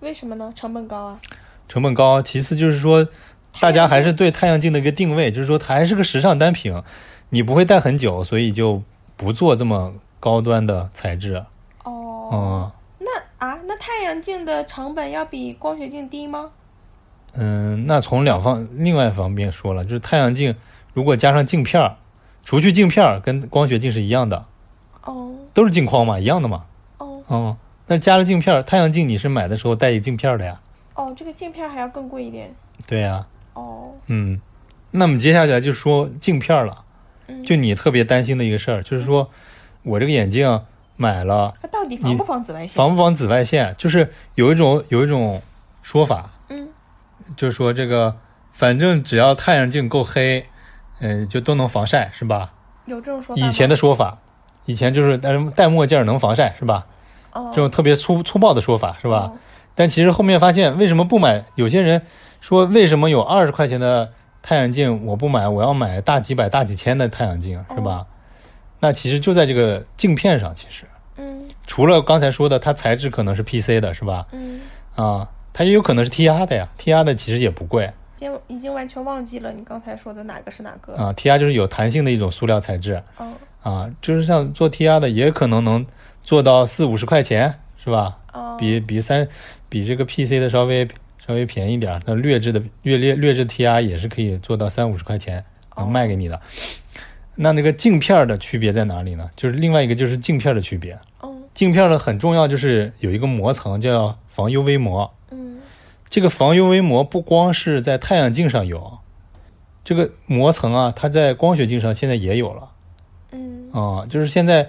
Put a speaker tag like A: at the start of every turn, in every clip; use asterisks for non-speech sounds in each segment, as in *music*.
A: 为什么呢？成本高啊。
B: 成本高，其次就是说，大家还是对太阳镜的一个定位，就是说它还是个时尚单品，你不会戴很久，所以就不做这么高端的材质。
A: 哦。
B: 嗯
A: 那啊，那太阳镜的成本要比光学镜低吗？
B: 嗯，那从两方另外一方面说了，就是太阳镜如果加上镜片儿，除去镜片儿，跟光学镜是一样的，
A: 哦
B: 都是镜框嘛，一样的嘛。
A: 哦
B: 嗯，那加了镜片儿，太阳镜你是买的时候带一个镜片儿的呀？
A: 哦，这个镜片还要更贵一点。
B: 对呀、
A: 哦，
B: 嗯，那么接下来就说镜片儿了，
A: 嗯
B: 就你特别担心的一个事儿，就是说我这个眼镜买了
A: 它到底防不
B: 你
A: 防紫外线？
B: 防不防紫外线？就是有一种有一种说法，
A: 嗯，
B: 就是说这个反正只要太阳镜够黑，嗯、就都能防晒，是吧？
A: 有这种说法吗？
B: 以前的说法，以前就是戴戴墨镜儿能防晒，是吧？
A: 哦
B: 这种特别粗粗暴的说法，是吧？
A: 哦
B: 但其实后面发现，为什么不买？有些人说，为什么有二十块钱的太阳镜我不买，我要买大几百、大几千的太阳镜，是吧？那其实就在这个镜片上。其实
A: 嗯
B: 除了刚才说的，它材质可能是 PC 的，是吧？
A: 嗯，
B: 啊，它也有可能是 TR 的呀，TR 的其实也不贵
A: 已经已经完全忘记了你刚才说的哪个是哪个。
B: 啊，TR 就是有弹性的一种塑料材质
A: 嗯
B: 啊，就是像做 TR 的也可能能做到四五十块钱，是吧？
A: 哦，
B: 比比三比这个 PC 的稍微稍微便宜点儿，那劣质的劣劣劣质 TR 也是可以做到三五十块钱能卖给你的。那那个镜片儿的区别在哪里呢？就是另外一个就是镜片儿的区别，
A: 嗯
B: 镜片儿的很重要就是有一个膜层叫防 UV 膜，
A: 嗯
B: 这个防 UV 膜不光是在太阳镜上有，这个膜层啊，它在光学镜上现在也有了。
A: 嗯
B: 啊、就是现在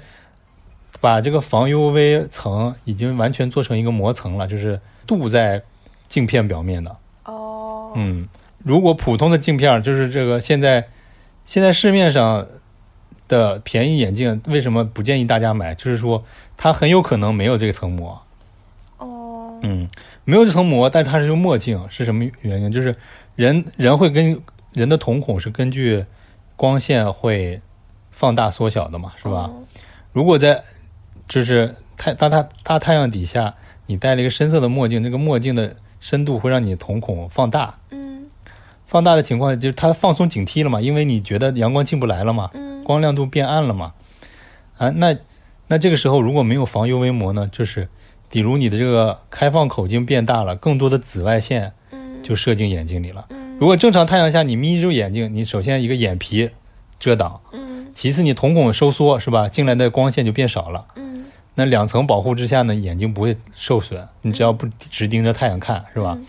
B: 把这个防 UV 层已经完全做成一个膜层了，就是镀在镜片表面的。
A: 哦
B: 嗯，如果普通的镜片儿，就是这个现在现在市面上的便宜眼镜，为什么不建议大家买？就是说它很有可能没有这个层膜。
A: 哦
B: 嗯，没有这层膜，但是它是用墨镜，是什么原因？就是人人会跟人的瞳孔是根据光线会放大缩小的嘛，是吧？
A: 哦
B: 如果在就是太大大大太阳底下，你戴了一个深色的墨镜，这个墨镜的深度会让你瞳孔放大，
A: 嗯
B: 放大的情况就是它放松警惕了嘛，因为你觉得阳光进不来了嘛，
A: 嗯
B: 光亮度变暗了嘛，啊，那那这个时候如果没有防 UV 膜呢，就是比如你的这个开放口径变大了，更多的紫外线
A: 嗯
B: 就射进眼睛里了。
A: 嗯
B: 如果正常太阳下你眯住眼睛，你首先一个眼皮遮挡，
A: 嗯
B: 其次你瞳孔收缩是吧，进来的光线就变少了。
A: 嗯
B: 那两层保护之下呢，眼睛不会受损。你只要不直盯着太阳看，是吧？
A: 嗯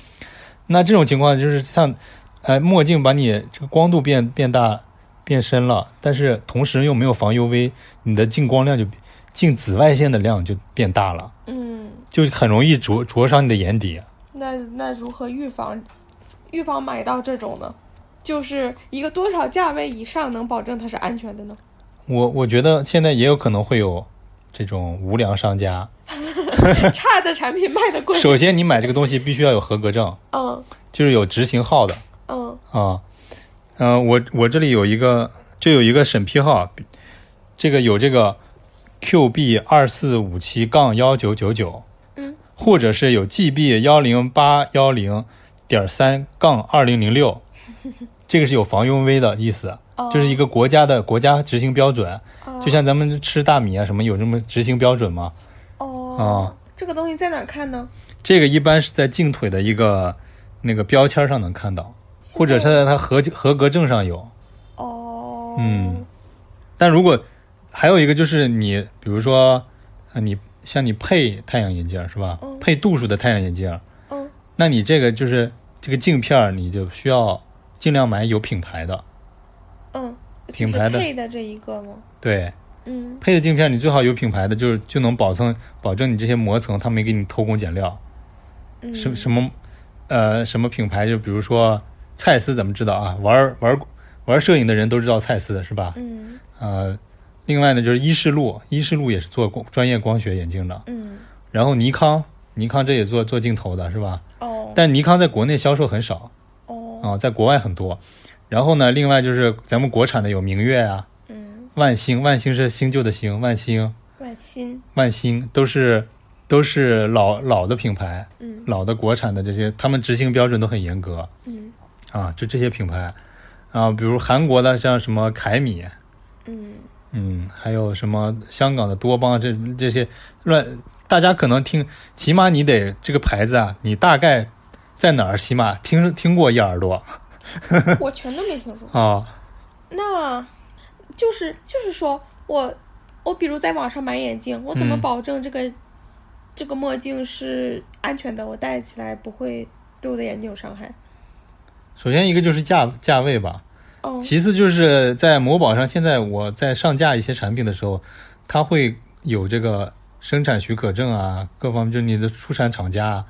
B: 那这种情况就是像，呃，墨镜把你这个光度变变大、变深了，但是同时又没有防 UV，你的进光量就进紫外线的量就变大了，
A: 嗯，
B: 就很容易灼灼伤你的眼底。
A: 那那如何预防预防买到这种呢？就是一个多少价位以上能保证它是安全
B: *laughs*
A: 的呢？
B: 我我觉得现在也有可能会有这种无良商家。
A: 差的产品卖的贵。
B: 首先，你买这个东西必须要有合格证，
A: 嗯
B: 就是有执行号的。
A: 嗯
B: 啊，嗯、我我这里有一个，就有一个审批号，这个有这个 QB 二四五七杠幺九九九，
A: 嗯，
B: 或者是有 GB 幺零八幺零点三杠二零零
A: *laughs*
B: 六，这个是有防 UV 的意思，
A: 哦
B: 就是一个国家的国家执行标准，
A: 哦
B: 就像咱们吃大米啊什么有这么执行标准吗？啊
A: 哦，这个东西在哪儿看呢？
B: 这个一般是在镜腿的一个那个标签上能看到，或者是在它合合格证上有。
A: 哦，
B: 嗯，但如果还有一个就是你，比如说，呃你像你配太阳眼镜儿是吧？
A: 嗯
B: 配度数的太阳眼镜儿，
A: 嗯
B: 那你这个就是这个镜片儿，你就需要尽量买有品牌的。
A: 嗯，
B: 品
A: 就是
B: 牌的
A: 配的这一个吗？
B: 对，
A: 嗯
B: 配的镜片儿你最好有品牌的，就是就能保证保证你这些膜层它没给你偷工减料。
A: 嗯，
B: 什什么，呃，什么品牌？就比如说蔡司，咱们知道啊，玩玩玩摄影的人都知道蔡司是吧？
A: 嗯
B: 呃，另外呢就是伊仕路，伊仕路也是做光专业光学眼镜的。
A: 嗯
B: 然后尼康，尼康这也做做镜头的是吧？
A: 哦
B: 但尼康在国内销售很少
A: 哦
B: 啊、在国外很多。然后呢，另外就是咱们国产的有明月啊、
A: 嗯，
B: 万兴，万兴是新旧的兴，万兴、
A: 万鑫
B: 万兴都是都是老老的品牌，
A: 嗯
B: 老的国产的这些，他们执行标准都很严格
A: 嗯
B: 啊，就这些品牌啊，比如韩国的像什么凯米，
A: 嗯
B: *laughs* 嗯，还有什么香港的多邦啊这这些乱，大家可能听，起码你得这个牌子啊，你大概在哪儿起码听听过一耳朵
A: 嗯，我全都没听说。
B: 啊，
A: 那，就是就是说我我比如在网上买眼镜，我怎么
B: 嗯
A: 保证这个、这个墨镜是安全的？我戴起来不会对我的眼睛有伤害？
B: 首先一个就是价价位吧，
A: 哦，
B: 其次就是在某宝上，现在我在上架一些产品的时候，它会有这个生产许可证啊，各方面就是你的出产厂家啊，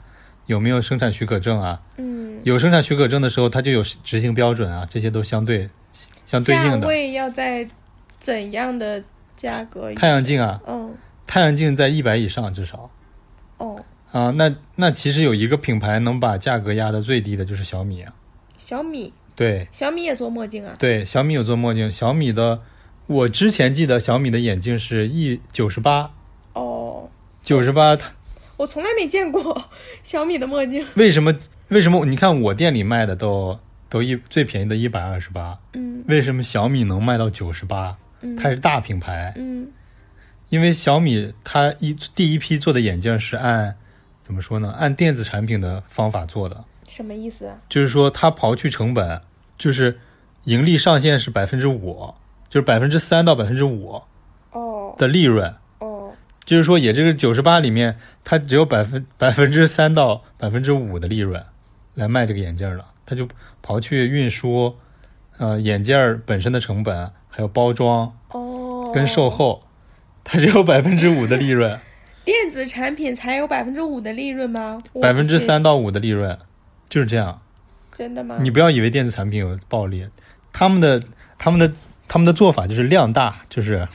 B: 有没有生产许可证啊？
A: 嗯，
B: 有生产许可证的时候，它就有执行标准啊，这些都相对相嗯对
A: 价
B: 应的。
A: 位要在怎样的价格以上？
B: 太阳镜啊，
A: 嗯
B: 太阳镜在一百以上至少
A: 哦，
B: 啊。那那其实有一个品牌能把价格压得最低的就是小米啊。
A: 小米
B: 对
A: 小米也做墨镜啊？
B: 对，小米有做墨镜，小米的我之前记得小米的眼镜是一九十八，
A: 哦，
B: 九十八
A: 我从来没见过 *laughs* 小米的墨镜。
B: 为什么？为什么？你看我店里卖的都都一最便宜的一百二十八，
A: 嗯
B: 为什么小米能卖到九十八？
A: 嗯
B: 它是大品牌，
A: 嗯
B: 因为小米它一第一批做的眼镜是按怎么说呢？按电子产品的方法做的，
A: 什么意思啊？
B: 就是说它刨去成本，就是盈利上限是百分之五，就是百分之三到百分之五
A: 哦
B: 的利润。
A: 哦
B: 就是说，也这个九十八里面，它只有百分百分之三到百分之五的利润来卖这个眼镜儿了。它就刨去运输，呃，眼镜儿本身的成本，还有包装
A: 哦，
B: 跟售后，它只有百分之五的利润，
A: 电子产品才有百分之五的利润吗？我不
B: 百分之
A: 信，
B: 三到五的利润，就是这样。
A: 真的吗？
B: 你不要以为电子产品有暴利，他们的他们的他们的做法就是量大，就是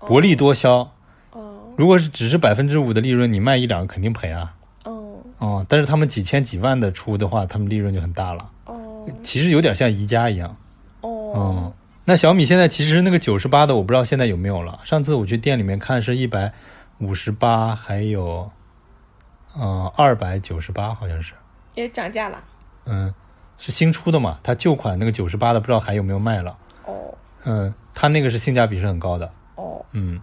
B: 薄利多销。
A: 哦
B: 如果是只是百分之五的利润，你卖一两个肯定赔啊。
A: 哦
B: 哦，但是他们几千几万的出的话，他们利润就很大了。
A: 哦
B: 其实有点像宜家一样。
A: 哦
B: 嗯，那小米现在其实那个九十八的，我不知道现在有没有了。上次我去店里面看是一百五十八，还有呃二百九十八，好像是。
A: 也涨价了。
B: 嗯，是新出的嘛？它旧款那个九十八的不知道还有没有卖了。
A: 哦
B: 嗯，它那个是性价比是很高的。
A: 哦
B: 嗯，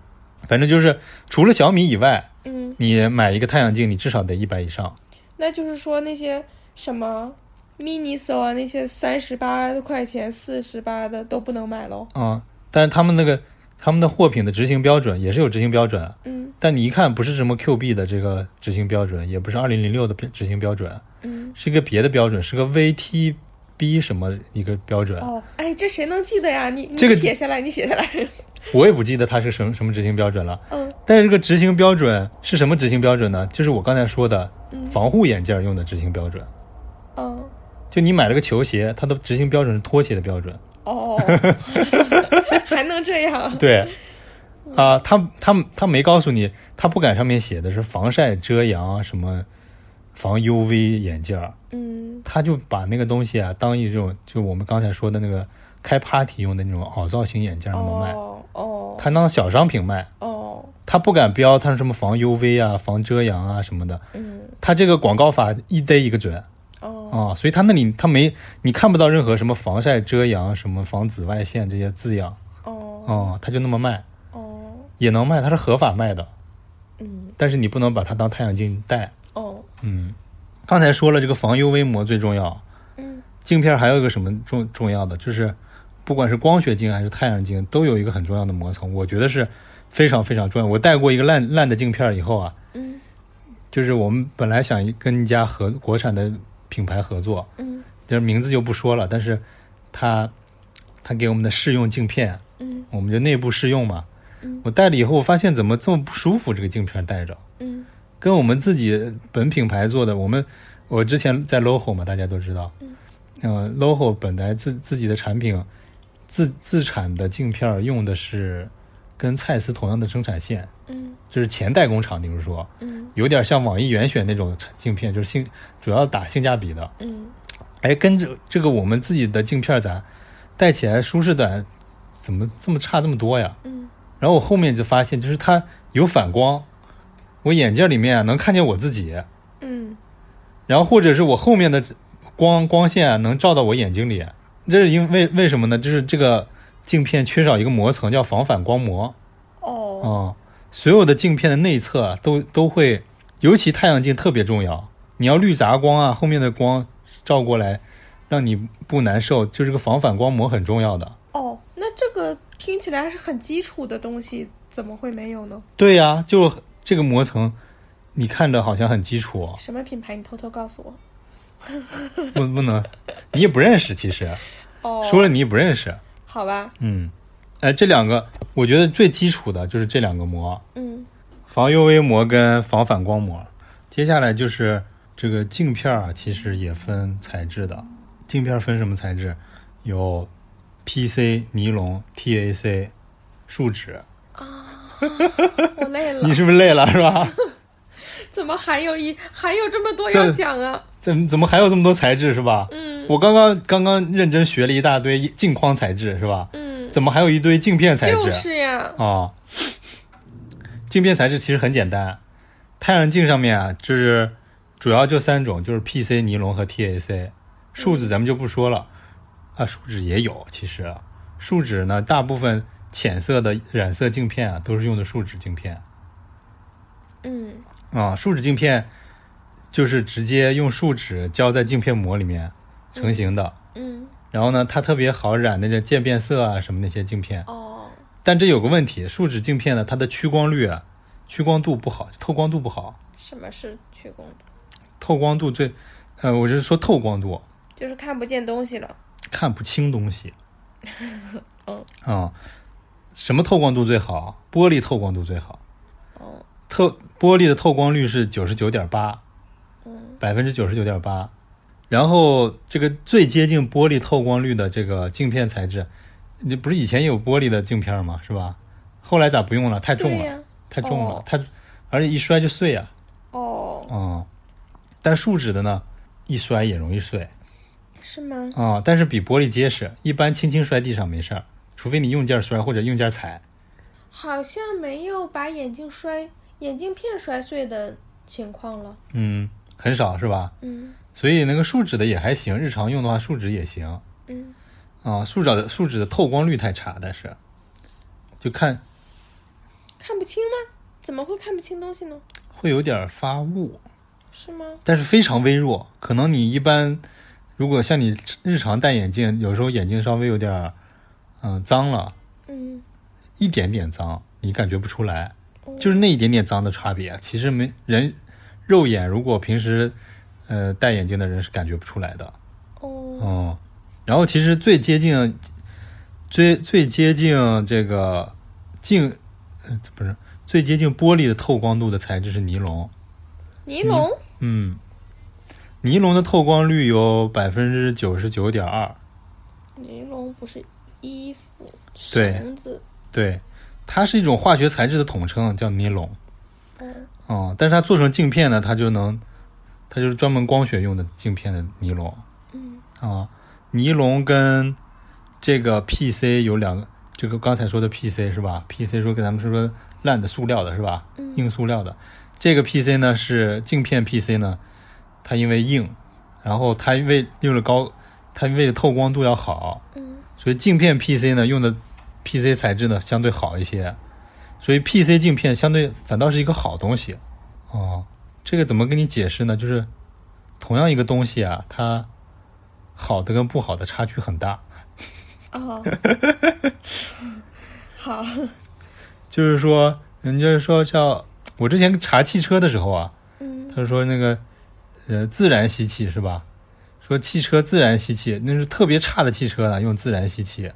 B: 反正就是除了小米以外，
A: 嗯，
B: 你买一个太阳镜，你至少得一百以上。
A: 那就是说那些什么 Miniso 啊，那些三十八块钱、四十八的都不能买喽。
B: 啊、但是他们那个他们的货品的执行标准也是有执行标准，
A: 嗯
B: 但你一看不是什么 QB 的这个执行标准，也不是二零零六的标执行标准，
A: 嗯。
B: 是一个别的标准，是个 VTB 什么一个标准，
A: 哦，哎，这谁能记得呀？你你
B: 这个
A: 写下来，你写下来。
B: 我也不记得它是什么什么执行标准了。
A: 嗯
B: 但是这个执行标准是什么执行标准呢？就是我刚才说的
A: 嗯
B: 防护眼镜用的执行标准。
A: 嗯
B: 就你买了个球鞋，它的执行标准是拖鞋的
A: *laughs*
B: 标准。 *laughs*
A: 哦，还能这样？
B: 对，啊、他他他没告诉你，他不敢上面写的是防晒、遮阳啊什么防 UV 眼镜儿，
A: 嗯
B: 他就把那个东西啊当一种就我们刚才说的那个开 party 用的那种凹造型眼镜儿那么卖，
A: 哦哦
B: 他当小商品卖，
A: 哦
B: 他不敢标它是什么防 UV 啊、防遮阳啊什么的，
A: 嗯
B: 他这个广告法一逮一个准。
A: 哦
B: 啊、所以他那里他没你看不到任何什么防晒、遮阳、什么防紫外线这些字样
A: 哦
B: 哦，他就那么卖，
A: 哦
B: 也能卖，它是合法卖的。
A: 嗯
B: 但是你不能把它当太阳镜戴。
A: 哦
B: 嗯，刚才说了，这个防 UV 膜最重要。
A: 嗯
B: 镜片还有一个什么重重要的，就是不管是光学镜还是太阳镜，都有一个很重要的膜层，我觉得是非常非常重要。我戴过一个烂烂的镜片以后啊，
A: 嗯
B: 就是我们本来想跟一家合国产的品牌合作，
A: 嗯
B: 就是名字就不说了，但是他他给我们的试用镜片，
A: 嗯
B: 我们就内部试用嘛
A: 嗯。
B: 我戴了以后，我发现怎么这么不舒服，这个镜片戴着。
A: 嗯
B: 跟我们自己本品牌做的，我们我之前在 LOHO 嘛，大家都知道，
A: 嗯
B: 呃，LOHO 本来自自己的产品自自产的镜片儿用的是跟蔡司同样的生产线，
A: 嗯
B: 就是前代工厂，比如说
A: 嗯
B: 有点像网易严选那种产镜片，就是性主要打性价比的，
A: 嗯
B: 哎，跟着这个我们自己的镜片儿咋戴起来舒适感怎么这么差这么多呀？
A: 嗯
B: 然后我后面就发现，就是它有反光，我眼镜里面啊能看见我自己，
A: 嗯，
B: 然后或者是我后面的光光线啊能照到我眼睛里，这是因为为什么呢？就是这个镜片缺少一个膜层，叫防反光膜啊、
A: 哦，
B: 所有的镜片的内侧啊都都会，尤其太阳镜特别重要。你要滤杂光啊，后面的光照过来，让你不难受，就这个防反光膜很重要的。
A: 哦，那这个听起来是很基础的东西，怎么会没有呢？
B: 对呀、就这个膜层，你看着好像很基础，
A: 什么品牌？你偷偷告诉我。
B: 不不能，你也不认识，其实
A: 哦，
B: 说了你也不认识。
A: 好吧，
B: 嗯，哎，这两个我觉得最基础的就是这两个膜，
A: 嗯
B: 防 UV 膜跟防反光膜。接下来就是这个镜片儿啊，其实也分材质的。镜片儿分什么材质？有 PC、尼龙、TAC、树脂。
A: 我累了
B: 你，是不是累了是吧？
A: 怎么还有一还有这么多
B: 这
A: 要讲啊？
B: 怎么怎么还有这么多材质是吧？
A: 嗯
B: 我刚刚刚刚认真学了一大堆镜框材质是吧？
A: 嗯，
B: 怎么还有一堆镜片材质？啊
A: 就是呀，
B: 哦，镜片材质其实很简单，太阳镜上面啊，就是主要就三种，就是 PC 尼龙和 TAC。树脂咱们就不说了，啊，树脂也有，其实树脂呢，大部分浅色的染色镜片啊，都是用的树脂镜片
A: 嗯
B: 啊。树脂镜片就是直接用树脂浇在镜片膜里面成型的，
A: 嗯，
B: 然后呢，它特别好染那个渐变色啊什么那些镜片。
A: 哦
B: 但这有个问题，树脂镜片呢，它的屈光率、啊、屈光度不好，透光度不好。
A: 什么是去光度？
B: 透光度最，呃，我就是说透光度，
A: 就是看不见东西了。
B: 看不清
A: *laughs*
B: 东西。
A: 嗯
B: 啊，什么透光度最好？玻璃透光度最好。
A: 哦，
B: 透玻璃的透光率是九十九点八，
A: 嗯
B: 百分之九十九点八。然后这个最接近玻璃透光率的这个镜片材质，你不是以前也有玻璃的镜片吗？是吧？后来咋不用了？太重
A: 对
B: 了。
A: 呀、
B: 太重了，
A: 哦
B: 它而且一摔就碎啊呀、
A: 哦，
B: 嗯，但树脂的呢，一摔也容易碎
A: 是吗？
B: 啊、但是比玻璃结实，一般轻轻摔地上没事儿，除非你用劲儿摔或者用劲儿踩。
A: 好像没有把眼镜摔、眼镜片摔碎的情况了。
B: 嗯，很少是吧？
A: 嗯
B: 所以那个树脂的也还行，日常用的话树脂也行啊、
A: 嗯，
B: 树脂的树脂的透光率太差，但是就看
A: 看不清吗？怎么会看不清东西呢？
B: 会有点儿发雾，
A: 是吗？
B: 但是非常微弱。可能你一般如果像你日常戴眼镜，有时候眼镜稍微有点儿嗯、脏了。
A: 嗯，
B: 一点点脏，你感觉不出来
A: 哦，
B: 就是那一点点脏的差别。其实没人肉眼，如果平时呃戴眼镜的人是感觉不出来的。
A: 哦，
B: 嗯，然后其实最接近最最接近这个镜，呃不是最接近玻璃的透光度的材质是尼龙。
A: 尼龙。
B: 嗯，尼龙的透光率有百分之九十九点二。
A: 尼龙不是衣服、
B: 对
A: 绳子，
B: 对，它是一种化学材质的统称，叫尼龙。
A: 嗯，
B: 哦、但是它做成镜片呢，它就能，它就是专门光学用的镜片的尼龙。
A: 嗯，
B: 啊、尼龙跟这个 PC 有两个，这个刚才说的 PC 是吧？PC 说给咱们是说烂的塑料的是吧？
A: 嗯
B: 硬塑料的。这个 PC 呢是镜片 PC 呢，它因为硬，然后它为为了高，它为了透光度要好，
A: 嗯
B: 所以镜片 PC 呢用的 PC 材质呢相对好一些，所以 PC 镜片相对反倒是一个好东西。哦，这个怎么跟你解释呢？就是同样一个东西啊，它好的跟不好的差距很大。
A: *laughs* 哦，好，
B: 就是说，人家说叫我之前查汽车的时候啊，
A: 嗯
B: 他说那个呃自然吸气是吧？说汽车自然吸气，那是特别差的汽车呢，用自然吸气；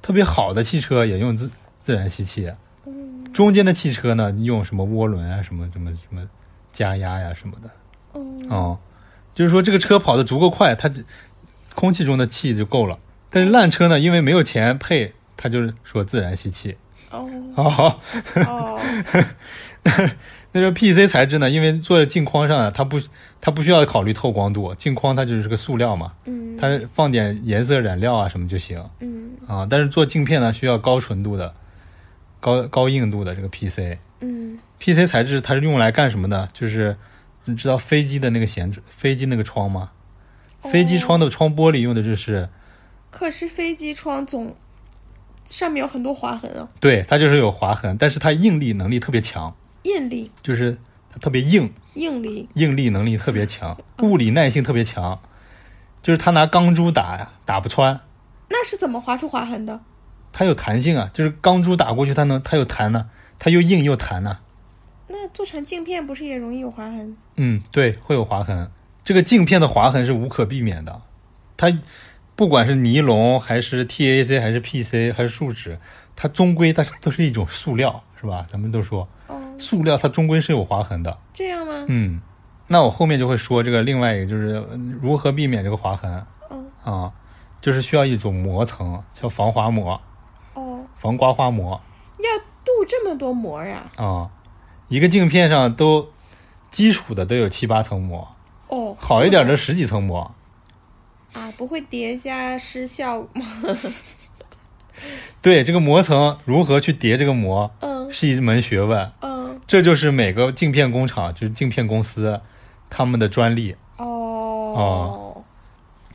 B: 特别好的汽车也用自自然吸气。
A: 嗯
B: 中间的汽车呢，用什么涡轮啊，什么什么什么加压呀、什么的。
A: 嗯，
B: 哦、就是说这个车跑得足够快，它只空气中的气就够了。但是烂车呢，因为没有钱配，它就是说自然吸气。
A: 哦
B: 哦，
A: 哦，
B: *laughs* 那时候 PC 材质呢，因为做在镜框上啊，它不它不需要考虑透光度，镜框它就是个塑料嘛，
A: 嗯，
B: 它放点颜色染料啊什么就行
A: 嗯
B: 啊。但是做镜片呢，需要高纯度的、高高硬度的这个 PC。
A: 嗯
B: PC 材质它是用来干什么的？就是你知道飞机的那个舷飞机那个窗吗？飞机窗的窗玻璃用的就是，
A: 可是飞机窗总上面有很多划痕啊，
B: 对，它就是有划痕，但是它应力能力特别强，
A: 应力、
B: 就是它特别硬，
A: 应力，
B: 应力能力特别强， *laughs* 物理耐性特别强，就是它拿钢珠打呀打不穿，
A: 那是怎么划出划痕的？
B: 它有弹性啊，就是钢珠打过去它能它有弹呢、它又硬又弹呢、
A: 那做成镜片不是也容易有划痕？
B: 嗯，对，会有划痕。这个镜片的划痕是无可避免的，它不管是尼龙还是 TAC 还是 PC 还是树脂，它终归它是都是一种塑料，是吧？咱们都说
A: 哦，
B: 塑料它终归是有划痕的。
A: 这样吗？
B: 嗯，那我后面就会说这个另外一个就是嗯如何避免这个划痕
A: 嗯，
B: 啊，就是需要一种膜层，叫防滑膜、
A: 哦，
B: 防刮花膜
A: 要镀这么多膜呀、
B: 啊。一个镜片上都基础的都有七八层膜，
A: 哦，
B: 好一点
A: 这
B: 的十几层膜。
A: 么啊，不会叠加失效吗？
B: 对这个膜层如何去叠这个膜，
A: 嗯
B: 是一门学问。
A: 嗯，
B: 这就是每个镜片工厂，就是镜片公司他们的专利。
A: 哦，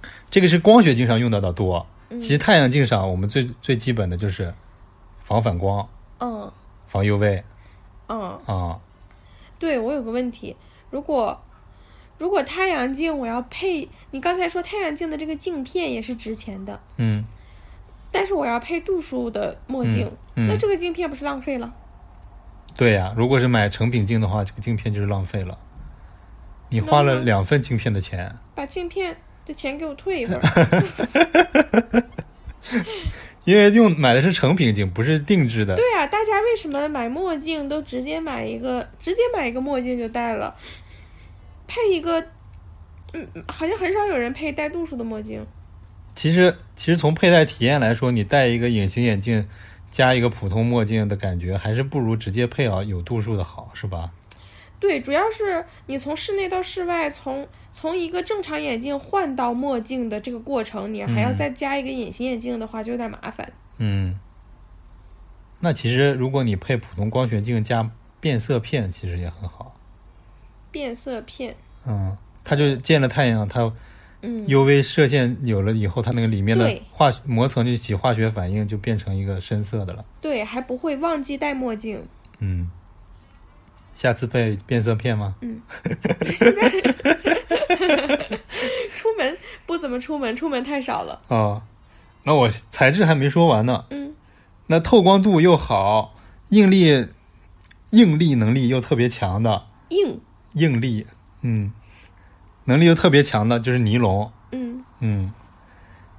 B: 啊这个是光学镜上用到的多，其实太阳镜上我们最最基本的就是防反光、
A: 嗯
B: 防 UV
A: 嗯，
B: 啊。
A: 对我有个问题，如果如果太阳镜我要配，你刚才说太阳镜的这个镜片也是值钱的，
B: 嗯，
A: 但是我要配度数的墨镜，
B: 嗯嗯
A: 那这个镜片不是浪费了？
B: 对呀、如果是买成品镜的话，这个镜片就是浪费了。你花了两份镜片的钱，
A: 把镜片的钱给我退一份儿。
B: 因为用买的是成品镜，不是定制的。
A: 对啊，大家为什么买墨镜都直接买一个，直接买一个墨镜就戴了，配一个，嗯，好像很少有人配带度数的墨镜。
B: 其实，其实从佩戴体验来说，你戴一个隐形眼镜加一个普通墨镜的感觉，还是不如直接配啊有度数的好，是吧？
A: 对，主要是你从室内到室外，从从一个正常眼镜换到墨镜的这个过程，你还要再加一个隐形眼镜的话，就有点麻烦。
B: 嗯。那其实，如果你配普通光学镜加变色片，其实也很好。
A: 变色片，
B: 嗯，它就见了太阳，它
A: 嗯
B: UV 射线有了以后，它那个里面的
A: 对
B: 化学膜层就起化学反应，就变成一个深色的了。
A: 对，还不会忘记戴墨镜。 *laughs*
B: 嗯。下次配变色片
A: 嗯
B: 吗？
A: 现在出门不怎么出门，出门太少了。
B: 哦，那我材质还没说完呢。
A: 嗯，
B: 那透光度又好，应力应力能力又特别强的
A: 硬，
B: 应力，嗯，能力又特别强的就是尼龙，
A: 嗯。
B: 嗯，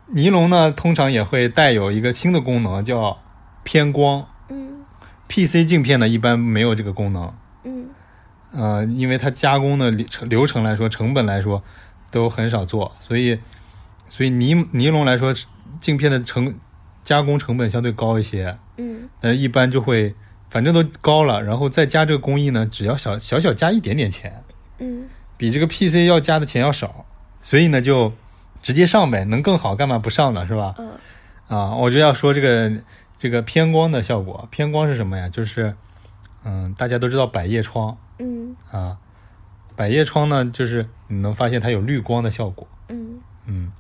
B: 尼龙呢通常也会带有一个新的功能叫偏光
A: 嗯
B: ，PC 镜片呢一般没有这个功能，
A: 嗯
B: 呃，因为它加工的流程流程来说，成本来说都很少做，所以所以尼尼龙来说，镜片的成加工成本相对高一些，
A: 嗯
B: 但是一般就会反正都高了，然后再加这个工艺呢，只要小小小加一点点钱，
A: 嗯，
B: 比这个 PC 要加的钱要少，所以呢就直接上呗，能更好干嘛不上呢？是吧？
A: 嗯
B: 啊，我就要说这个这个偏光的效果，偏光是什么呀？就是嗯，大家都知道百叶窗。
A: 嗯
B: 啊，百叶窗呢，就是你能发现它有滤光的效果。
A: 嗯
B: 嗯，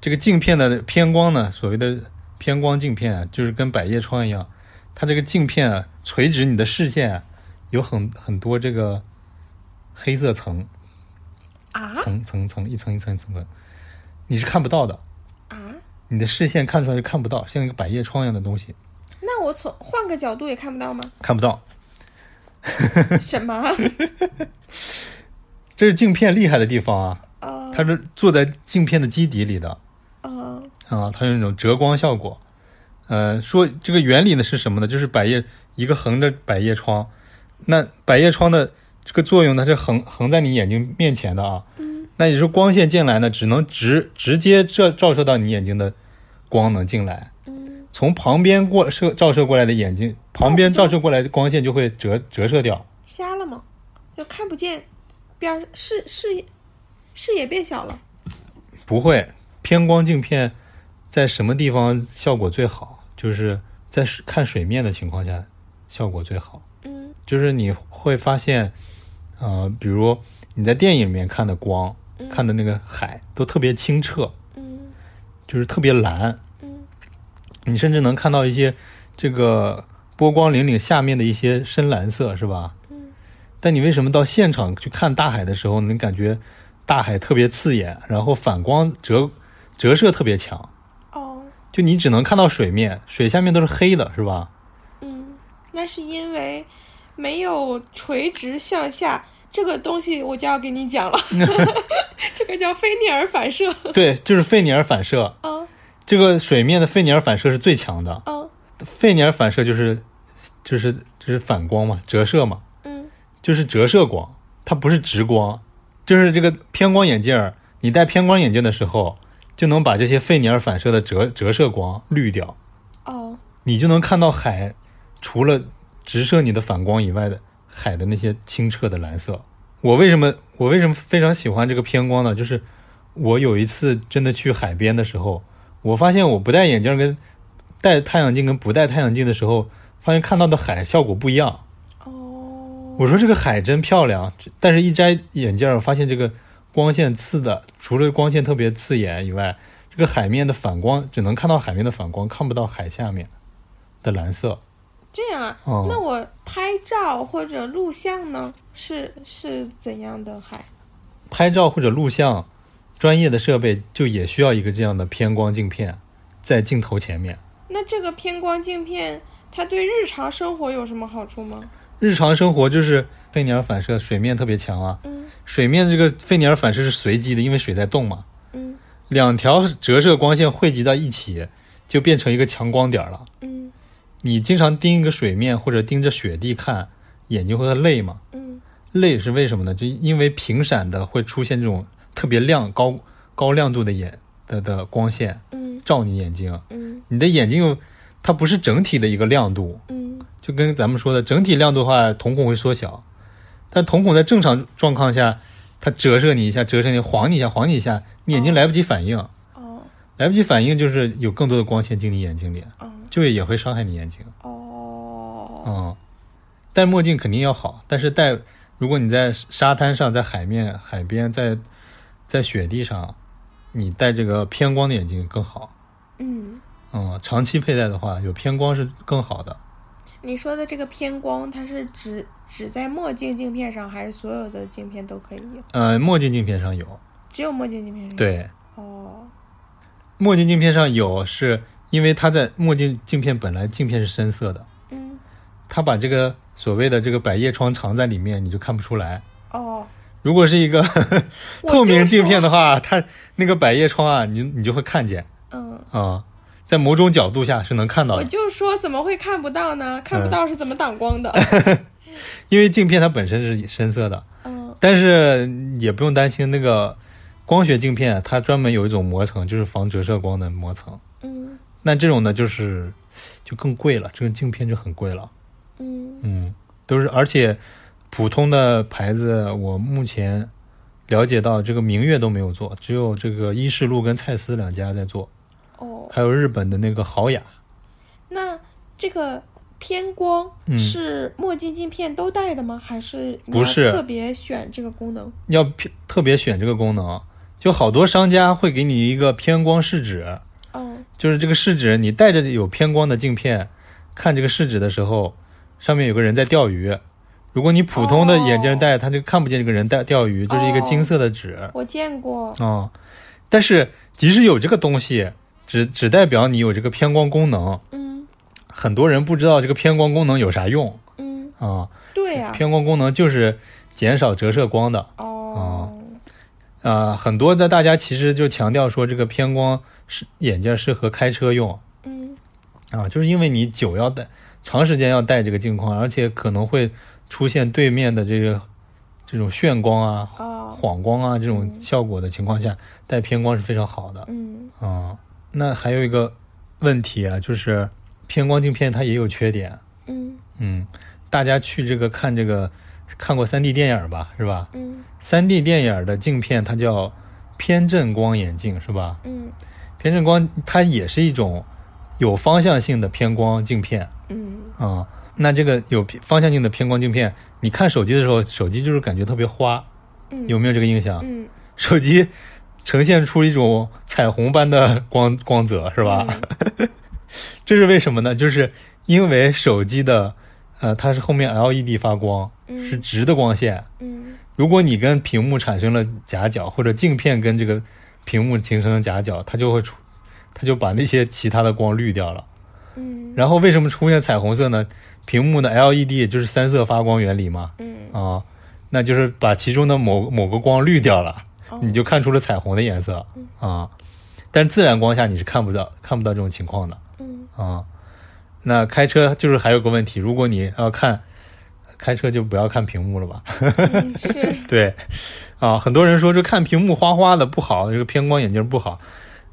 B: 这个镜片的偏光呢，所谓的偏光镜片啊，就是跟百叶窗一样，它这个镜片啊，垂直你的视线啊，有很很多这个黑色层
A: 啊
B: 层层层一层一层一层层，你是看不到的，
A: 啊！
B: 你的视线看出来是看不到，像一个百叶窗一样的东西
A: 那我从换个角度也看不到 *laughs* 吗？
B: 看不到。
A: 什么？
B: 这是镜片厉害的地方啊，
A: 啊
B: 它是坐在镜片的基底里的。
A: 啊
B: 啊，它有一种折光效果。呃，说这个原理呢是什么呢？就是百叶一个横着百叶窗，那百叶窗的这个作用呢是横横在你眼睛面前的啊。嗯。那你说光线进来呢，只能直直接照照射到你眼睛的光能进来，
A: 嗯
B: 从旁边过射照射过来的眼睛，旁边照射过来的光线就会折折射掉。
A: 瞎了吗？就看不见边儿视视野视野变小了。
B: 不会，偏光镜片在什么地方效果最好？就是在水看水面的情况下效果最好。
A: 嗯
B: 就是你会发现，呃，比如你在电影里面看的光，
A: 嗯
B: 看的那个海都特别清澈，
A: 嗯
B: 就是特别蓝，
A: 嗯
B: 你甚至能看到一些这个波光粼粼下面的一些深蓝色，是吧？
A: 嗯
B: 但你为什么到现场去看大海的时候，你感觉大海特别刺眼，然后反光折折射特别强？
A: 哦
B: 就你只能看到水面，水下面都是黑的，是吧？
A: 嗯，那是因为没有垂直向下这个东西，我就要给你讲 *laughs* 了，这个叫菲涅尔反射。
B: 对，就是费尼尔反射。
A: 嗯
B: 这个水面的费尼尔反射是最强的，
A: 嗯
B: 费尼尔反射就是就是就是反光嘛，折射嘛，
A: 嗯
B: 就是折射光，它不是直光。就是这个偏光眼镜儿，你戴偏光眼镜的时候，就能把这些费尼尔反射的折折射光滤掉，
A: 哦
B: 你就能看到海，除了直射你的反光以外的海的那些清澈的蓝色。我为什么我为什么非常喜欢这个偏光呢？就是我有一次真的去海边的时候，我发现我不戴眼镜跟戴太阳镜跟不戴太阳镜的时候，发现看到的海效果不一样。
A: 哦
B: 我说这个海真漂亮，这但是一摘眼镜儿，我发现这个光线刺的，除了光线特别刺眼以外，这个海面的反光只能看到海面的反光，看不到海下面的蓝色。
A: 这样啊？
B: 哦
A: 那我拍照或者录像呢？是是怎样的海？
B: 拍照或者录像，专业的设备就也需要一个这样的偏光镜片在镜头前面。
A: 那这个偏光镜片，它对日常生活有什么好处吗？
B: 日常生活就是费尼尔反射，水面特别强啊。
A: 嗯
B: 水面这个费尼尔反射是随机的，因为水在动嘛。
A: 嗯
B: 两条折射光线汇集到一起，就变成一个强光点儿了。
A: 嗯
B: 你经常盯一个水面或者盯着雪地看，眼睛会累吗？
A: 嗯
B: 累是为什么呢？就因为频闪的会出现这种特别亮、高高亮度的眼的的光线
A: 嗯
B: 照你眼睛，啊
A: 嗯
B: 你的眼睛又它不是整体的一个亮度，
A: 嗯
B: 就跟咱们说的整体亮度的话，瞳孔会缩小，但瞳孔在正常状况下，它折射你一下，折射你晃你一下，晃你一下，你眼睛来不及反应，
A: 哦
B: 来不及反应就是有更多的光线进你眼睛里，
A: 嗯
B: 就也会伤害你眼睛。
A: 哦
B: 嗯，戴墨镜肯定要好，但是戴如果你在沙滩上、在海面、海边、在在雪地上，你戴这个偏光的眼镜更好。
A: 嗯，
B: 嗯，长期佩戴的话，有偏光是更好的。
A: 你说的这个偏光，它是只只在墨镜镜片上，还是所有的镜片都可以有？
B: 呃，墨镜镜片上有，
A: 只有墨镜镜片上有？
B: 对，
A: 哦
B: 墨镜镜片上有，是因为它在墨镜镜片本来镜片是深色的，
A: 嗯
B: 它把这个所谓的这个百叶窗藏在里面，你就看不出来。
A: 哦，
B: 如果是一个
A: 我就
B: 透明镜
A: 说
B: 片的话，它那个百叶窗啊，你你就会看见。
A: 嗯。
B: 啊、在某种角度下是能看到
A: 我
B: 的，
A: 就说怎么会看不到呢？
B: 嗯
A: 看不到是怎么挡光
B: *laughs*
A: 的？
B: 因为镜片它本身是深色的，
A: 嗯
B: 但是也不用担心那个光学镜片，啊它专门有一种膜层，就是防折射光的膜层。
A: 嗯
B: 那这种呢，就是就更贵了，这个镜片就很贵了。
A: 嗯
B: 嗯，都是而且普通的牌子，我目前了解到这个明月都没有做，只有这个伊势路跟蔡司两家在做，
A: 哦，
B: 还有日本的那个豪雅。
A: 那这个偏光
B: 嗯
A: 是墨镜镜片都带的吗？还是你
B: 不
A: 要
B: 是
A: 特别选这个功能？
B: 要偏特别选这个功能，啊就好多商家会给你一个偏光试纸，
A: 哦
B: 就是这个试纸，你带着有偏光的镜片看这个试纸的时候，上面有个人在钓鱼。如果你普通的眼镜戴，它就看不见这个人在钓鱼，就是一个金色的纸啊、
A: 我见过。
B: 哦但是即使有这个东西，只只代表你有这个偏光功能，
A: 嗯
B: 很多人不知道这个偏光功能有啥用
A: 嗯，
B: 啊、
A: 对呀、
B: 偏光功能就是减少折射光的。
A: 哦，
B: 啊，很多的大家其实就强调说，这个偏光是眼镜适合开车用
A: 嗯
B: 啊，就是因为你久要戴，长时间要戴这个镜框，而且可能会出现对面的这个这种眩光啊、
A: 哦，
B: 晃光啊这种效果的情况下，戴偏光是非常好的
A: 嗯
B: 啊。那还有一个问题啊，就是偏光镜片它也有缺点，
A: 嗯
B: 嗯，大家去这个看这个看过 3D 电影吧，是吧？
A: 嗯
B: 3D 电影的镜片它叫偏振光眼镜，是吧？
A: 嗯
B: 偏振光它也是一种有方向性的偏光镜片
A: 嗯
B: 啊、那这个有偏方向镜的偏光镜片，你看手机的时候，手机就是感觉特别花，
A: 嗯
B: 有没有这个印象？
A: 嗯，
B: 手机呈现出一种彩虹般的光光泽，是吧？ *laughs* 这是为什么呢？就是因为手机的，呃，它是后面 LED 发光，
A: 嗯
B: 是直的光线。
A: 嗯？
B: 如果你跟屏幕产生了夹角，或者镜片跟这个屏幕形成了夹角，它就会出，它就把那些其他的光滤掉了。
A: 嗯嗯
B: 然后为什么出现彩虹色呢？屏幕的 LED 就是三色发光原理嘛，
A: 嗯，
B: 啊，那就是把其中的某某个光滤掉了。
A: 哦
B: 你就看出了彩虹的颜色啊。但是自然光下你是看不到看不到这种情况的
A: 嗯
B: 啊。那开车就是还有个问题，如果你要看开车就不要看屏幕了吧？ *laughs*
A: 嗯是
B: 对，啊，很多人说这看屏幕花花的不好，这个偏光眼镜不好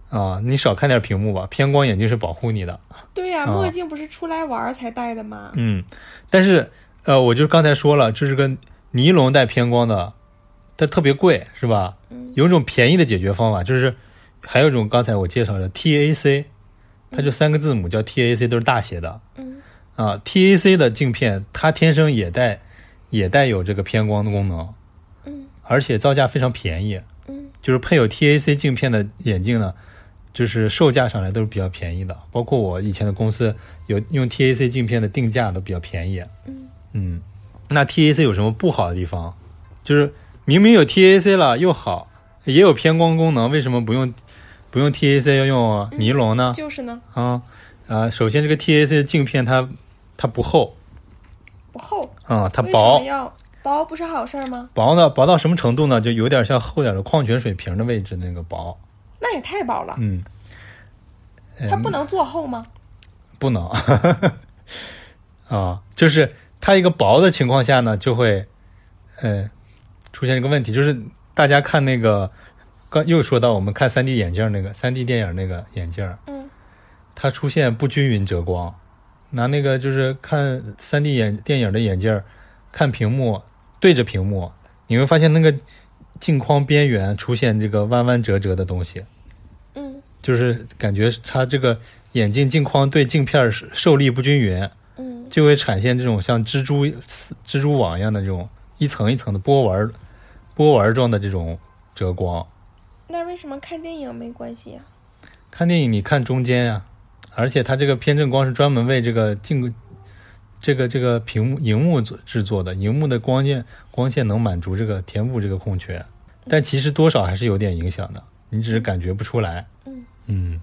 B: 啊，你少看点屏幕吧，偏光眼镜是保护你的。
A: 对呀、
B: 啊
A: 墨镜不是出来玩儿才戴的吗？
B: 嗯，但是呃，我就刚才说了，这是个尼龙带偏光的，它特别贵，是吧？
A: 嗯
B: 有一种便宜的解决方法，就是还有一种刚才我介绍的 TAC，它就三个字母叫 TAC，都是大写的
A: 嗯
B: 啊。TAC 的镜片它天生也带也带有这个偏光的功能，
A: 嗯
B: 而且造价非常便宜，
A: 嗯
B: 就是配有 TAC 镜片的眼镜呢，就是售价上来都是比较便宜的，包括我以前的公司有用 TAC 镜片的定价都比较便宜。
A: 嗯
B: 嗯，那 TAC 有什么不好的地方？就是明明有 TAC 了又好，也有偏光功能，为什么不用不用 TAC 要用尼龙呢？
A: 嗯就是呢，
B: 啊啊，首先这个 TAC 的镜片它它不厚
A: 不厚，
B: 啊、它
A: 为什么
B: 薄
A: 要薄不是好事儿吗？
B: 薄呢薄到什么程度呢？就有点像厚点的矿泉水瓶的位置那个薄，
A: 那也太薄了，
B: 嗯，呃
A: 它不能做厚吗？
B: 不能 *laughs* 啊，就是它一个薄的情况下呢，就会呃出现一个问题，就是大家看那个刚又说到我们看三 D 眼镜那个三 D 电影那个眼镜，
A: 嗯
B: 它出现不均匀折光，拿那个就是看三 D 眼电影的眼镜儿看屏幕对着屏幕，你会发现那个镜框边缘出现这个弯弯折折的东西，
A: 嗯
B: 就是感觉它这个眼镜镜框对镜片儿受力不均匀，
A: 嗯
B: 就会产现这种像蜘蛛丝蜘蛛网一样的这种一层一层的波纹儿波纹儿状的这种折光。
A: 那为什么看电影没关系呀、啊
B: 看电影你看中间呀、而且它这个偏振光是专门为这个镜这个这个屏幕荧幕做制作的，荧幕的光线光线能满足这个填补这个空缺，但其实多少还是有点影响的，你只是感觉不出来。
A: 嗯
B: 嗯，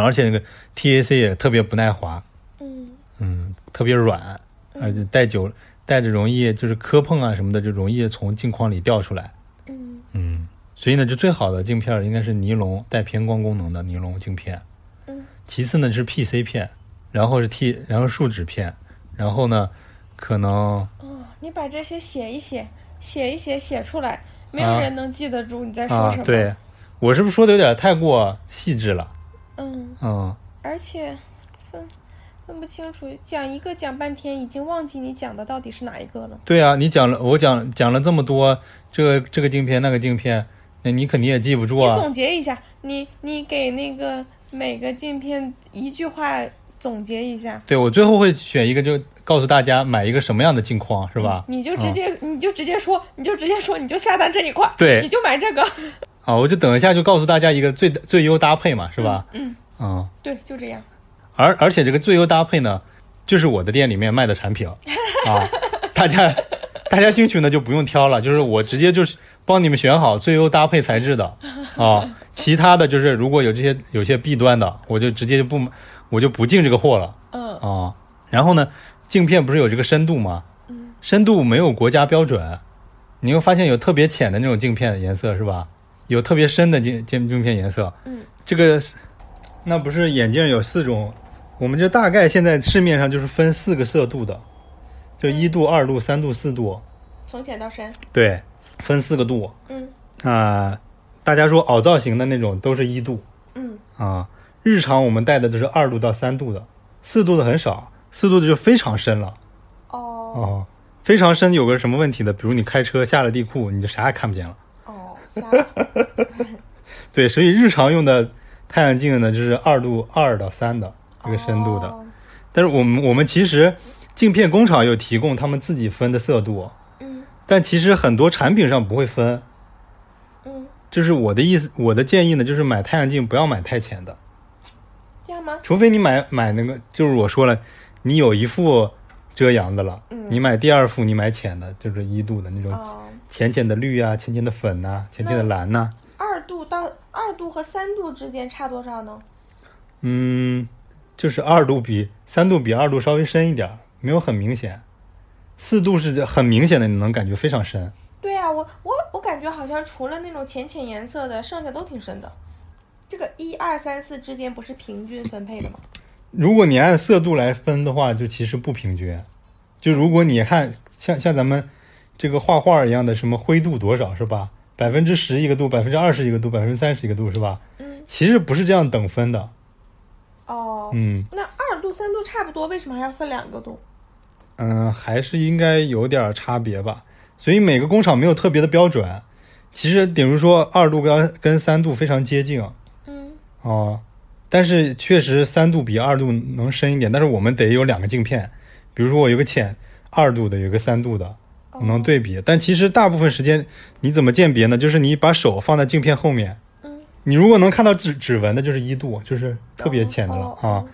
B: 而且那个 TAC 也特别不耐滑，
A: 嗯
B: 嗯，特别软，而且戴久戴着容易就是磕碰啊什么的，就容易从镜框里掉出来。
A: 嗯
B: 嗯，所以呢，就最好的镜片儿应该是尼龙带偏光功能的尼龙镜片，
A: 嗯
B: 其次呢是 PC 片，然后是 T，然后树脂片，然后呢可能
A: 哦，你把这些写一写，写一写，写出来，没
B: 啊
A: 有人能记得住你在说
B: 啊
A: 什么。，
B: 对我是不是说的有点太过细致了？
A: 嗯，
B: 嗯，
A: 而且分分不清楚，讲一个讲半天，已经忘记你讲的到底是哪一个了。
B: 对啊，你讲了，我讲讲了这么多，这个这个镜片那个镜片，那你肯定也记不住
A: 你
B: 啊。
A: 总结一下，你你给那个每个镜片一句话总结一下，
B: 对，我最后会选一个，就告诉大家买一个什么样的镜框，是吧？
A: 嗯你就直接、你就直接说，你就直接说，你就下单这一款，
B: 嗯对
A: 你就买这个， *laughs*
B: 啊，我就等一下就告诉大家一个最最优搭配嘛，是吧？嗯，啊、
A: 对，就这样。
B: 而而且这个最优搭配呢，就是我的店里面卖的产
A: *laughs*
B: 品啊，大家大家进去呢就不用挑了，就是我直接就是帮你们选好最优搭配材质的
A: *laughs*
B: 啊，其他的就是如果有这些有些弊端的，我就直接就不我就不进这个货了
A: 嗯
B: 啊。然后呢，镜片不是有这个深度吗？
A: 嗯
B: 深度没有国家标准，你会发现有特别浅的那种镜片颜色是吧？有特别深的镜镜镜片颜色，
A: 嗯
B: 这个那不是眼镜有四种，我们这大概现在市面上就是分四个色度的，就一度、二度、三度、四度，
A: 从浅到深，
B: 对，分四个度
A: 嗯
B: 啊、大家说凹造型的那种都是一度
A: 嗯
B: 啊、日常我们戴的都是二度到三度的，四度的很少，四度的就非常深了。
A: 哦
B: 哦，非常深有个什么问题呢？比如你开车下了地库，你就啥也看不见了。
A: 哦，
B: 嗯 *laughs*
A: 下了，
B: 对，所以日常用的太阳镜呢，就是二度二到三的这个深度的。
A: 哦
B: 但是我们我们其实镜片工厂有提供他们自己分的色度，
A: 嗯
B: 但其实很多产品上不会分。
A: 嗯，
B: 就是我的意思，我的建议呢，就是买太阳镜不要买太浅的，
A: 这样吗？
B: 除非你买买那个，就是我说了，你有一副遮阳的了，
A: 嗯
B: 你买第二副，你买浅的，就是一度的那种
A: 哦，
B: 浅浅的绿啊，浅浅的粉呐、浅浅的蓝呐、
A: 二度到二度和三度之间差多少呢？
B: 嗯，就是二度比三度比二度稍微深一点儿，没有很明显。四度是很明显的，你能感觉非常深。
A: 对啊，我我我感觉好像除了那种浅浅颜色的，剩下都挺深的。这个一二三四之间不是平均分配的吗？
B: 如果你按色度来分的话，就其实不平均。就如果你看像像咱们这个画画一样的，什么灰度多少是吧？百分之十一个度，百分之二十一个度，百分之三十一个度是吧？
A: 嗯，
B: 其实不是这样等分的。
A: 哦，
B: 嗯
A: 那二度三度差不多，为什么还要分两个度？
B: 嗯、还是应该有点儿差别吧。所以每个工厂没有特别的标准。其实，比如说二度跟跟三度非常接近，
A: 嗯，
B: 哦，但是确实三度比二度能深一点，但是我们得有两个镜片，比如说我有个浅二度的，有个三度的，
A: 哦
B: 我能对比。但其实大部分时间你怎么鉴别呢？就是你把手放在镜片后面，
A: 嗯，
B: 你如果能看到指指纹的，就是一度，就是特别浅的了、
A: 哦嗯
B: 啊，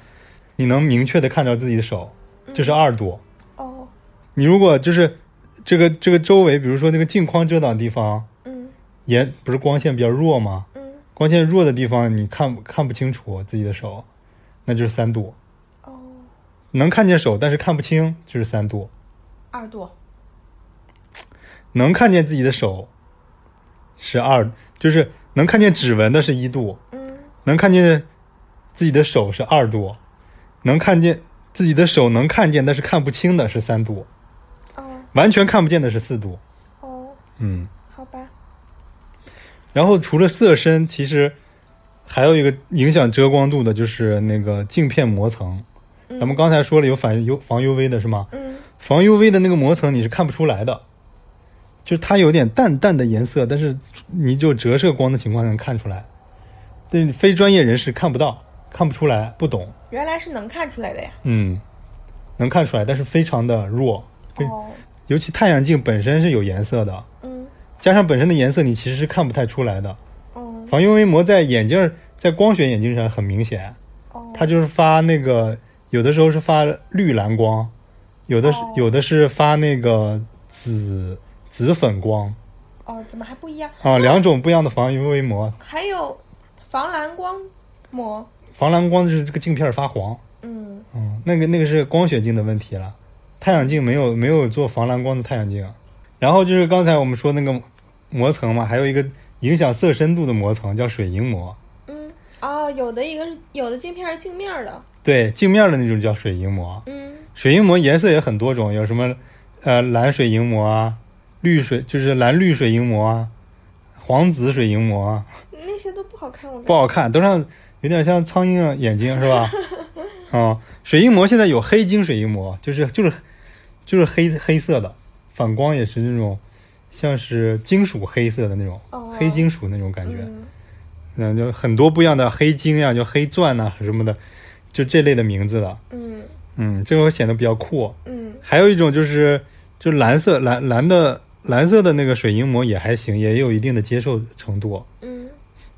B: 你能明确的看到自己的手，就是二度。
A: 哦，
B: 你如果就是这个这个周围，比如说那个镜框遮挡的地方，
A: 嗯
B: 沿不是光线比较弱吗？
A: 嗯，
B: 光线弱的地方你看不看不清楚自己的手，那就是三度；
A: 哦，
B: 能看见手但是看不清就是三度；
A: 二度，
B: 能看见自己的手是二，就是能看见指纹的是一度，
A: 嗯
B: 能看见自己的手是二度，能看见自己的手能看见但是看不清的是三度，
A: 哦
B: 完全看不见的是四度。
A: 哦，
B: 嗯，
A: 好吧，
B: 然后除了色深，其实还有一个影响遮光度的就是那个镜片膜层。
A: 嗯
B: 咱们刚才说了有反 U 防 UV 的是吗？
A: 嗯
B: 防 UV 的那个膜层你是看不出来的，就是它有点淡淡的颜色，但是你就折射光的情况下能看出来。对非专业人士看不到，看不出来，不懂，
A: 原来是能看出来的呀。
B: 嗯，能看出来，但是非常的弱。非
A: 哦，
B: 尤其太阳镜本身是有颜色的，
A: 嗯
B: 加上本身的颜色，你其实是看不太出来的。
A: 嗯
B: 防 UV 膜在眼镜儿在光学眼镜上很明显，
A: 哦，
B: 它就是发那个有的时候是发绿蓝光，有的是、
A: 哦
B: 有的是发那个紫紫粉光
A: 哦，怎么还不一样？
B: 啊，两种不一样的防 UV 膜。
A: 还有防蓝光膜，
B: 防蓝光就是这个镜片发黄，
A: 嗯
B: 嗯，那个那个是光学镜的问题了，太阳镜没有没有做防蓝光的太阳镜。然后就是刚才我们说那个膜层嘛，还有一个影响色深度的膜层叫水银膜，
A: 嗯，哦，有的一个是有的镜片是镜面儿的，
B: 对，镜面的那种叫水银膜。
A: 嗯
B: 水银膜颜色也很多种，有什么呃蓝水银膜啊，绿水就是蓝绿水银膜啊，黄紫水银膜啊，
A: 那些都不好看，我感
B: 不
A: 觉。
B: 好看，都像有点像苍蝇眼睛
A: *laughs*
B: 是吧？啊、水银膜现在有黑金水银膜，就是就是就是黑黑色的，反光也是那种像是金属黑色的那种、
A: 哦
B: 黑金属那种感觉，
A: 嗯
B: 嗯，就很多不一样的黑金呀、就黑钻呐、什么的，就这类的名字的，
A: 嗯
B: 嗯，这会显得比较酷。
A: 嗯
B: 还有一种就是，就蓝色蓝蓝的蓝色的那个水银膜也还行，也有一定的接受程度。
A: 嗯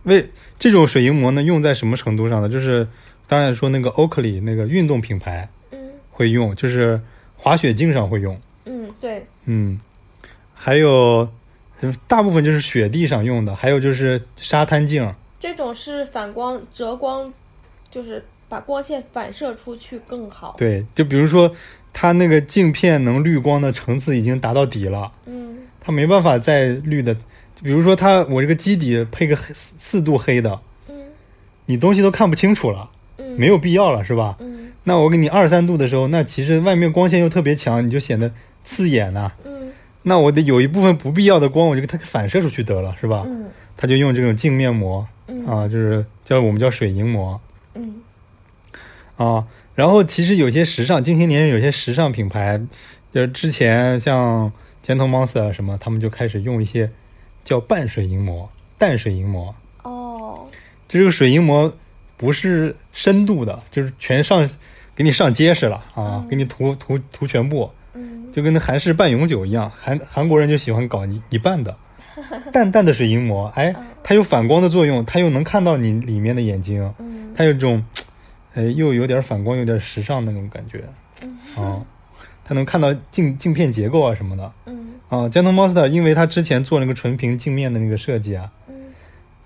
B: 为这种水银膜呢，用在什么程度上呢？就是当然说那个 Oakley 那个运动品牌
A: 嗯
B: 会用，就是滑雪镜上会用，
A: 嗯，对，
B: 嗯，还有就是大部分就是雪地上用的，还有就是沙滩镜，
A: 这种是反光折光，就是把光线反射出去更好。
B: 对，就比如说它那个镜片能滤光的层次已经达到底了。
A: 嗯
B: 它没办法再绿的。比如说它，我这个基底配个黑四四度黑的，
A: 嗯
B: 你东西都看不清楚了，
A: 嗯，
B: 没有必要了，是吧？
A: 嗯
B: 那我给你二三度的时候，那其实外面光线又特别强，你就显得刺眼呐、
A: 嗯
B: 那我得有一部分不必要的光，我就给它反射出去得了，是吧？
A: 嗯
B: 他就用这种镜面膜
A: 嗯
B: 啊，就是叫我们叫水银膜
A: 嗯
B: 啊。然后其实有些时尚，近些年有些时尚品牌，就是之前像 Gentle Monster 啊什么，他们就开始用一些叫半水银膜、淡水银膜。
A: 哦
B: 这个水银膜不是深度的，就是全上给你上结实了啊，给你涂涂涂全部，
A: 嗯
B: 就跟那韩式半永久一样，韩韩国人就喜欢搞你你拌的，淡淡的水银膜，哎，它有反光的作用，它又能看到你里面的眼睛，
A: 嗯
B: 它有这种，呃，又有点反光，有点时尚那种感觉，啊，它能看到镜镜片结构啊什么的，
A: 嗯
B: 啊江 a n Monster 因为它之前做那个纯平镜面的那个设计啊，
A: 嗯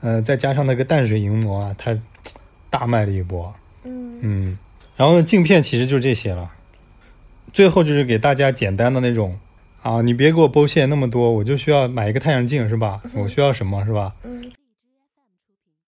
B: 呃，再加上那个淡水银膜啊，它大卖了一波，
A: 嗯
B: 嗯，然后呢，镜片其实就是这些了。最后就是给大家简单的那种啊，你别给我剥线那么多，我就需要买一个太阳镜是吧？我需要什么是吧？
A: 嗯